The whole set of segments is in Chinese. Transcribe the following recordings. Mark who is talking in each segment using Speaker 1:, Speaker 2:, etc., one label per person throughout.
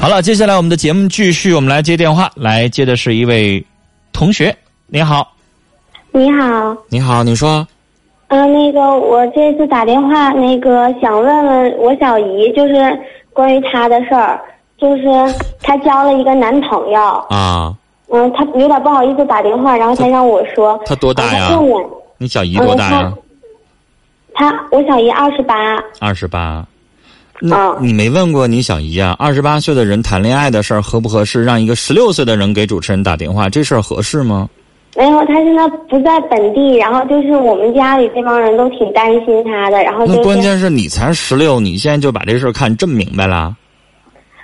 Speaker 1: 好了，接下来我们的节目继续，我们来接电话，来接的是一位同学。你好，
Speaker 2: 你好，
Speaker 3: 你好，你说，
Speaker 2: 嗯、那个我这次打电话，那个想问问我小姨，就是关于她的事儿，就是她交了一个男朋友，
Speaker 3: 啊，
Speaker 2: 嗯，她有点不好意思打电话，然后她让我说，
Speaker 3: 她多大呀
Speaker 2: 她问我，
Speaker 3: 你小姨多大呀
Speaker 2: 嗯？她我小姨二十八，
Speaker 3: 二十
Speaker 2: 啊
Speaker 3: 八。那
Speaker 2: 嗯
Speaker 3: 你没问过你小姨啊？二十八岁的人谈恋爱的事儿合不合适？让一个十六岁的人给主持人打电话，这事儿合适吗？
Speaker 2: 然后她现在不在本地，然后就是我们家里这帮人都挺担心她的，然后就
Speaker 3: 那
Speaker 2: 是
Speaker 3: 关键是你才十六，你现在就把这事儿看这么明白了。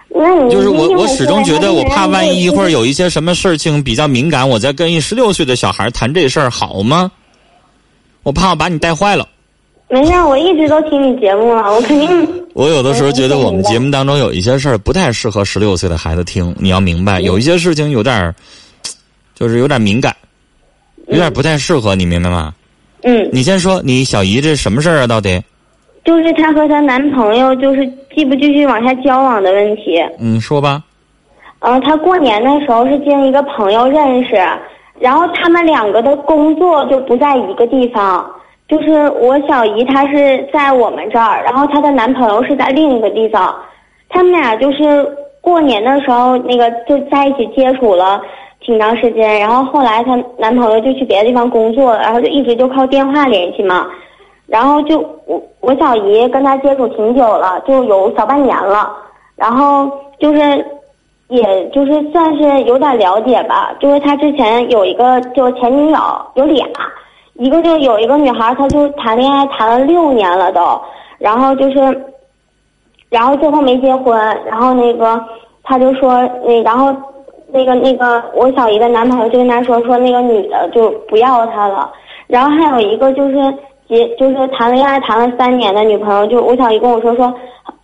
Speaker 2: 那你
Speaker 3: 就是我，
Speaker 2: 因为
Speaker 3: 我始终觉得我怕万一一会儿
Speaker 2: 有。
Speaker 3: 有一些什么事情比较敏感，我再跟一十六岁的小孩谈这事儿好吗？我怕我把你带坏了。
Speaker 2: 没事儿，我一直都听你节目了，我肯定
Speaker 3: 我有的
Speaker 2: 哎
Speaker 3: 时候觉得我们节目当中有一些事儿不太适合十六岁的孩子听，你要明白，
Speaker 2: 嗯
Speaker 3: 有一些事情有点儿，就是有点敏感，有点不太适合，你明白吗？
Speaker 2: 嗯，
Speaker 3: 你先说，你小姨这什么事儿啊？到底？
Speaker 2: 就是她和她男朋友就是继不继续往下交往的问题。
Speaker 3: 嗯，说吧。
Speaker 2: 嗯、她过年的时候是经一个朋友认识，然后他们两个的工作就不在一个地方。就是我小姨她是在我们这儿，然后她的男朋友是在另一个地方，他们俩就是过年的时候那个就在一起接触了挺长时间，然后后来她男朋友就去别的地方工作了，然后就一直就靠电话联系嘛。然后就我我小姨跟他接触挺久了，就有小半年了，然后就是。也就是算是有点了解吧，就是他之前有一个就前女友有俩，一个就有一个女孩，她就谈恋爱谈了六年了都，然后就是，然后最后没结婚，然后那个他就说那然后那个那个我小姨的男朋友就跟她说说那个女的就不要他了，然后还有一个就是结就是谈恋爱谈了三年的女朋友，就我小姨跟我说说。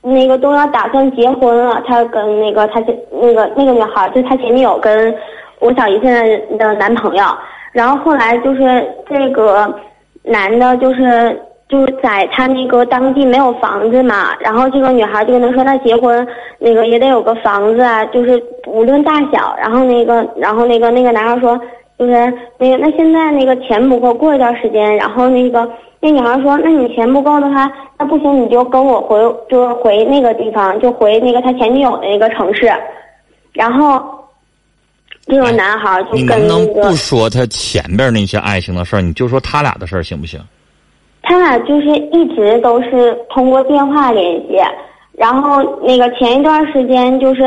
Speaker 2: 那个都要打算结婚了，她跟那个她前那个那个女孩，就她前女友跟我小姨现在的男朋友，然后后来就是这个男的，就是就是在他那个当地没有房子嘛，然后这个女孩就跟他说，那结婚那个也得有个房子啊，就是无论大小，然后那个然后那个那个男孩说，就是那个那现在那个钱不够，过一段时间，然后那个那女孩说，那你钱不够的话，那不行，你就跟我回，就是回那个地方，就回那个他前女友的那个城市，然后。这个男孩就
Speaker 3: 你
Speaker 2: 跟
Speaker 3: 能不能
Speaker 2: 那个
Speaker 3: 不说他前边那些爱情的事儿，你就说他俩的事儿行不行？
Speaker 2: 他俩就是一直都是通过电话联系，然后那个前一段时间就是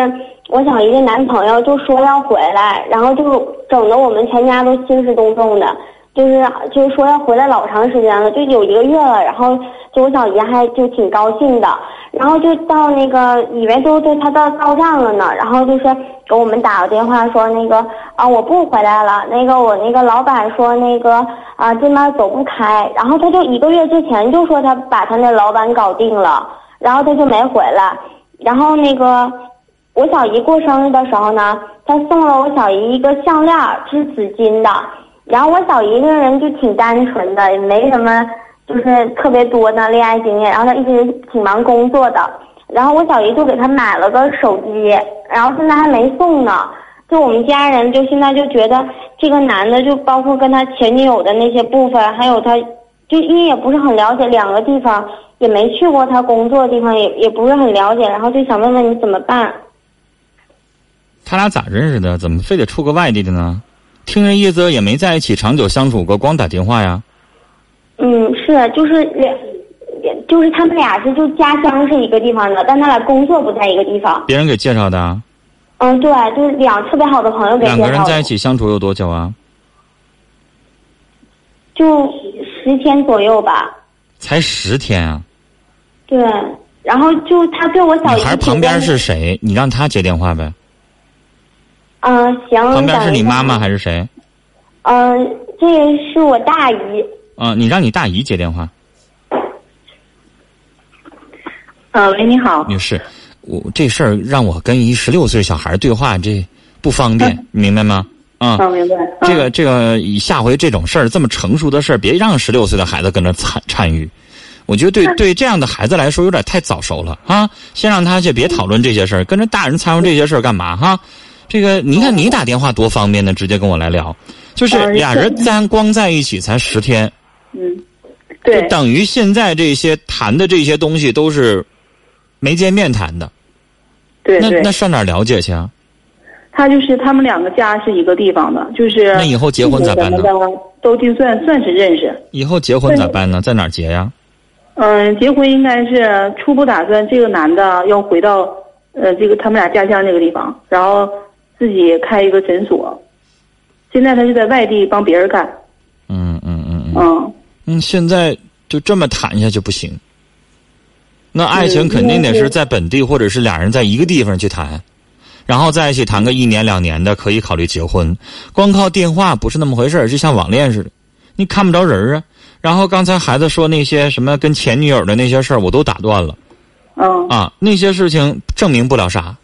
Speaker 2: 我小姨的男朋友就说要回来，然后就整得我们全家都兴师动众的，就是就是说要回来老长时间了，就有一个月了，然后就我小姨还就挺高兴的，然后就到那个以为都对他到到站了呢，然后就是给我们打个电话说那个啊我不回来了，那个我那个老板说那个啊这边走不开，然后他就一个月之前就说他把他那老板搞定了，然后他就没回来，然后那个我小姨过生日的时候呢，她送了我小姨一个项链儿，是紫金的。然后我小姨这个人就挺单纯的，也没什么就是特别多的恋爱经验。然后她一直挺忙工作的。然后我小姨就给她买了个手机，然后现在还没送呢。就我们家人就现在就觉得这个男的，就包括跟他前女友的那些部分，还有他，就因为也不是很了解两个地方，也没去过他工作的地方，也也不是很了解，然后就想问问你怎么办。
Speaker 3: 他俩咋认识的？怎么非得出个外地的呢？听这意思也没在一起长久相处过，光打电话呀？
Speaker 2: 嗯，是，就是两，两就是他们俩是就家乡是一个地方的，但他俩工作不在一个地方。
Speaker 3: 别人给介绍的啊？
Speaker 2: 嗯，对，就是两特别好的朋友给介
Speaker 3: 两
Speaker 2: 绍
Speaker 3: 个人
Speaker 2: 的
Speaker 3: 在一起相处有多久啊？
Speaker 2: 就十天左右吧。
Speaker 3: 才十天啊！
Speaker 2: 对，然后就他对我小姨
Speaker 3: 女孩
Speaker 2: 挺
Speaker 3: 旁边
Speaker 2: 关
Speaker 3: 是谁？你让她接电话呗。
Speaker 2: 嗯、行，
Speaker 3: 旁边是你妈妈还
Speaker 2: 是
Speaker 3: 是谁？
Speaker 2: 嗯、这是我大姨。
Speaker 3: 啊、你让你大姨接电话，
Speaker 4: 呃，喂，你
Speaker 2: 哦
Speaker 4: 好。
Speaker 3: 女士。我这事儿让我跟一十六岁小孩对话，这不方便， 你明白吗？啊、
Speaker 4: 嗯，明白。嗯
Speaker 3: 这个这个，以下回这种事儿，这么成熟的事儿，别让十六岁的孩子跟着参参与。我觉得 对对这样的孩子来说有点太早熟了啊！先让他去别讨论这些事儿，跟着大人掺和这些事儿干嘛哈、这个你看你打电话多方便呢，直接跟我来聊，就是
Speaker 4: 嗯
Speaker 3: 俩人咱光在一起才十天，
Speaker 4: 嗯，
Speaker 3: 就
Speaker 4: 对，
Speaker 3: 等于现在这些谈的这些东西都是没见面谈的，
Speaker 4: 对
Speaker 3: 那
Speaker 4: 对
Speaker 3: 那，上哪儿了解去啊？
Speaker 4: 他就是他们两个家是一个地方的，就是
Speaker 3: 那以后结婚咋办呢
Speaker 4: 什？么的都就算算是认识。
Speaker 3: 以后结婚咋办呢？在哪儿结呀？
Speaker 4: 嗯，结婚应该是初步打算，这个男的要回到呃这个他们俩家乡这个地方，然后自己开一个诊所。现在他就在外地帮别人干，
Speaker 3: 嗯嗯嗯嗯
Speaker 4: 嗯，
Speaker 3: 嗯，现在就这么谈下去不行。那爱情
Speaker 4: 嗯
Speaker 3: 肯定
Speaker 4: 因为
Speaker 3: 得
Speaker 4: 是
Speaker 3: 是在本地，或者是俩人在一个地方去谈，然后在一起谈个一年两年的，可以考虑结婚。光靠电话不是那么回事儿，就像网恋似的，你看不着人儿啊。然后刚才孩子说那些什么跟前女友的那些事儿，我都打断了。
Speaker 4: 嗯，
Speaker 3: 啊，那些事情证明不了啥，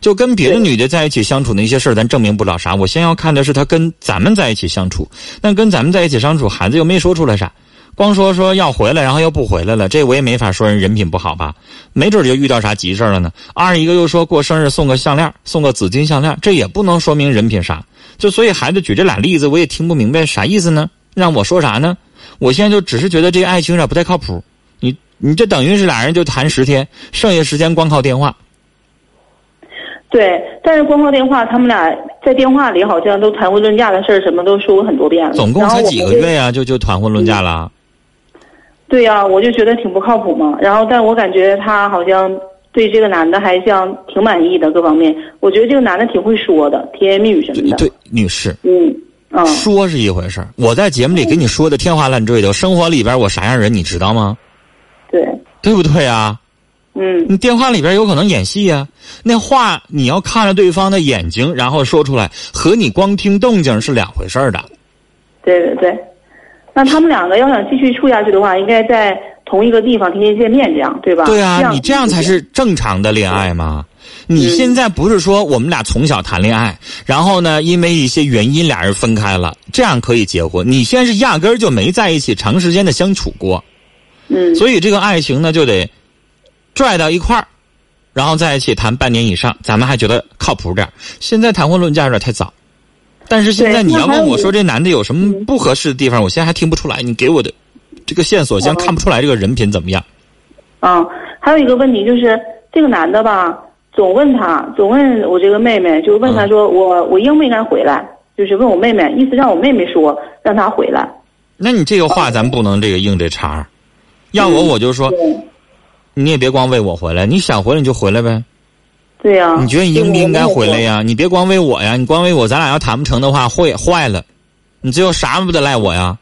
Speaker 3: 就跟别的女的在一起相处那些事儿，咱证明不了啥。我先要看的是她跟咱们在一起相处，那跟咱们在一起相处，孩子又没说出来啥，光说说要回来，然后又不回来了，这我也没法说人人品不好吧？没准儿就遇到啥急事儿了呢。二一个又说过生日送个项链儿，送个紫金项链儿，这也不能说明人品啥。就所以孩子举这俩例子，我也听不明白啥意思呢？让我说啥呢？我现在就只是觉得这爱情有点不太靠谱。你你这等于是俩人就谈十天，剩下时间光靠电话。
Speaker 4: 对。但是光靠电话，他们俩在电话里好像都谈婚论嫁的事儿，什么都说过很多遍了。
Speaker 3: 总共
Speaker 4: 哎然后
Speaker 3: 才
Speaker 4: 我
Speaker 3: 几个
Speaker 4: 们嗯就
Speaker 3: 月呀、就就谈婚论嫁了。
Speaker 4: 对呀、我就觉得挺不靠谱嘛。然后，但我感觉他好像对这个男的还像挺满意的，各方面。我觉得这个男的挺会说的，甜言蜜语什么
Speaker 3: 对
Speaker 4: 的。
Speaker 3: 对，女士，
Speaker 4: 嗯嗯，
Speaker 3: 说是一回事儿，我在节目里给你说的天花乱坠的，生活里边我啥样人你知道吗？
Speaker 4: 对，
Speaker 3: 对不对啊？
Speaker 4: 嗯
Speaker 3: 你电话里边有可能演戏呀、那话你要看着对方的眼睛，然后说出来，和你光听动静是两回事儿的。
Speaker 4: 对对对。那他们两个要想继续处下去的话，应该在同一个地方天天见面，这样对吧？
Speaker 3: 对啊，你这样嗯才是正常的恋爱嘛。你现在不是说我们俩从小谈恋爱，然后呢，因为一些原因俩人分开了，这样可以结婚？你现在是压根儿就没在一起长时间的相处过，
Speaker 4: 嗯，
Speaker 3: 所以这个爱情呢就得拽到一块儿，然后在一起谈半年以上，咱们还觉得靠谱点儿现在谈婚论嫁有点太早，但是现在
Speaker 4: 对
Speaker 3: 你
Speaker 4: 那
Speaker 3: 要
Speaker 4: 还
Speaker 3: 问我
Speaker 4: 有
Speaker 3: 说这男的有什么不合适的地方，我现在还听不出来。你给我的这个线索，现在看不出来这个人品怎么样。
Speaker 4: 嗯，还有一个问题就是，这个男的吧，总问他，总问我这个妹妹，就问他
Speaker 3: 嗯
Speaker 4: 说，我我应不应该回来？就是问我妹妹，意思让我妹妹说，让她回来。
Speaker 3: 那你这个话咱不能这个硬这茬儿，要我我就说，
Speaker 4: 对
Speaker 3: 你也别光为我回来，你想回来你就回来呗。
Speaker 4: 对啊呀、
Speaker 3: 你觉得你应不应该回来
Speaker 4: 呀？
Speaker 3: 呀？你别光为啊我呀，你光为我，咱俩要谈不成的话，会坏了，你最后啥不得赖我呀？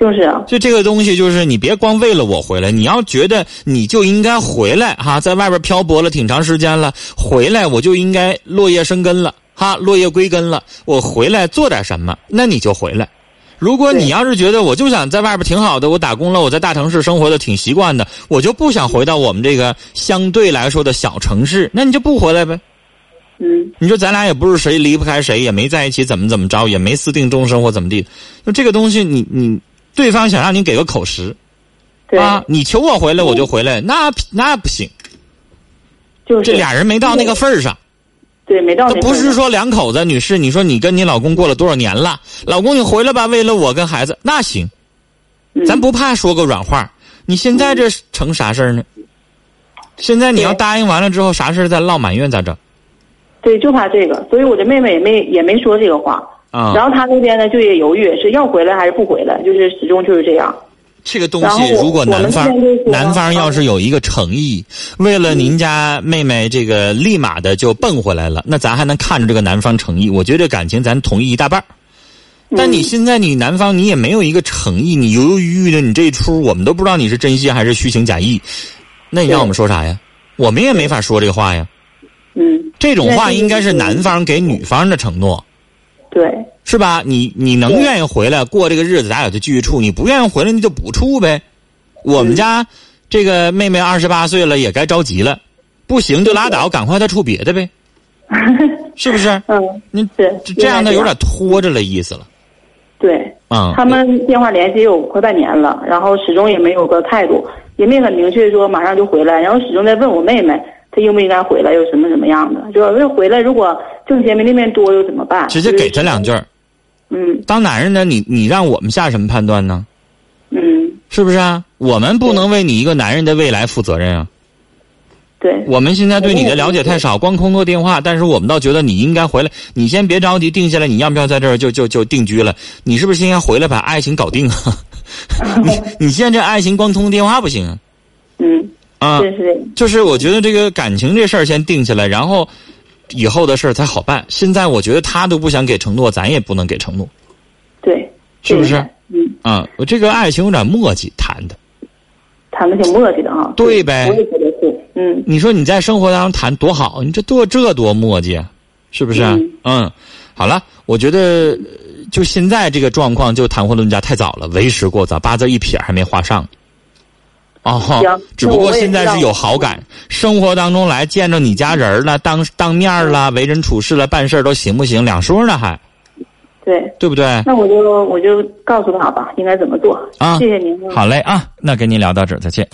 Speaker 4: 就是啊，
Speaker 3: 就这个东西，就是你别光为了我回来，你要觉得你就应该回来哈、在外边漂泊了挺长时间了，回来我就应该落叶生根了哈、落叶归根了，我回来做点什么，那你就回来。如果你
Speaker 4: 对
Speaker 3: 要是觉得我就想在外边挺好的，我打工了，我在大城市生活的挺习惯的，我就不想回到我们这个相对来说的小城市，那你就不回来呗。
Speaker 4: 嗯，
Speaker 3: 你说咱俩也不是谁离不开谁，也没在一起怎么怎么着，也没私定终身或怎么地。就这个东西你，你对方想让你给个口实
Speaker 4: 对，
Speaker 3: 啊，你求我回来我就回来，那那不行，
Speaker 4: 就是
Speaker 3: 这俩人没到那个份儿上。
Speaker 4: 对没到
Speaker 3: 他
Speaker 4: 那
Speaker 3: 不
Speaker 4: 份儿
Speaker 3: 是说两口子，女士，你说你跟你老公过了多少年了？老公你回来吧，为了我跟孩子，那行，
Speaker 4: 嗯
Speaker 3: 咱不怕说个软话。你现在这成啥事儿呢？现在你要
Speaker 4: 对
Speaker 3: 答应完了之后，啥事儿再落满月咋整
Speaker 4: 对，就怕这个，所以我的妹妹也没也没说这个话。
Speaker 3: 啊？
Speaker 4: 然后她那边呢，就也犹豫是要回来还是不回来，就是始终就是这样。
Speaker 3: 这个东
Speaker 4: 然后
Speaker 3: 西，
Speaker 4: 我
Speaker 3: 如果男方
Speaker 4: 我们现在就说
Speaker 3: 男方要是有一个诚意，为了您家妹妹这个立马的就奔回来了，那咱还能看着这个男方诚意。我觉得这感情咱同意一大半儿
Speaker 4: 嗯
Speaker 3: 但你现在你男方你也没有一个诚意，你犹犹豫豫的，你这一出我们都不知道你是真心还是虚情假意，那你让我们说啥呀？我们也没法说这话呀。
Speaker 4: 嗯，
Speaker 3: 这种话
Speaker 4: 对
Speaker 3: 应该是男方给女方的承诺。
Speaker 4: 对
Speaker 3: 是吧？你你能愿意回来过这个日子，咱俩就继续处；你不愿意回来，那就不处呗。我们家这个妹妹二十八岁了，也该着急了，不行就拉倒，赶快再处别的呗，是不是？
Speaker 4: 嗯，
Speaker 3: 你
Speaker 4: 是
Speaker 3: 这这样的有
Speaker 4: 应该
Speaker 3: 点拖着了意思了。
Speaker 4: 对，
Speaker 3: 啊、
Speaker 4: 他们电话联系有快半年了，然后始终也没有个态度，也没很明确说马上就回来，然后始终在问我妹妹，她应不应该回来，又什么什么样的，就是问回来如果挣钱没那边多又怎么办？
Speaker 3: 直接给他两句儿。
Speaker 4: 就是。嗯
Speaker 3: 当男人呢，你你让我们下什么判断呢？
Speaker 4: 嗯，
Speaker 3: 是不是啊？我们不能为你一个男人的未来负责任啊！
Speaker 4: 对，
Speaker 3: 我们现在对你的了解太少，光空过电话，但是我们倒觉得你应该回来。你先别着急定下来，你要不要在这儿就就就定居了？你是不是应该回来把爱情搞定啊？ 你你现在这爱情光通电话不行啊！
Speaker 4: 嗯，
Speaker 3: 啊，
Speaker 4: 对是这样，
Speaker 3: 就是我觉得这个感情这事儿先定下来，然后以后的事儿才好办。现在我觉得他都不想给承诺，咱也不能给承诺，
Speaker 4: 对，
Speaker 3: 是不是？
Speaker 4: 嗯，
Speaker 3: 啊，我这个爱情有点磨叽谈的，
Speaker 4: 谈的挺磨叽的哈。
Speaker 3: 对呗
Speaker 4: 我也觉得是，嗯
Speaker 3: 你说你在生活当中谈多好，你这多这多磨叽啊，是不是啊、嗯？好了，我觉得呃就现在这个状况就谈婚论嫁太早了，为时过早，八字一撇还没画上。哦，
Speaker 4: 行
Speaker 3: 只不
Speaker 4: 那
Speaker 3: 过
Speaker 4: 我也
Speaker 3: 现在是有好感，生活当中来见着你家人儿了，当当面儿
Speaker 4: 嗯
Speaker 3: 了，为人处事了，办事儿都行不行？两说呢还，
Speaker 4: 对，
Speaker 3: 对不对？
Speaker 4: 那我就我就告诉他吧，应该怎么做。
Speaker 3: 啊
Speaker 4: 谢谢您啊。
Speaker 3: 好嘞啊，那跟您聊到这儿，再见。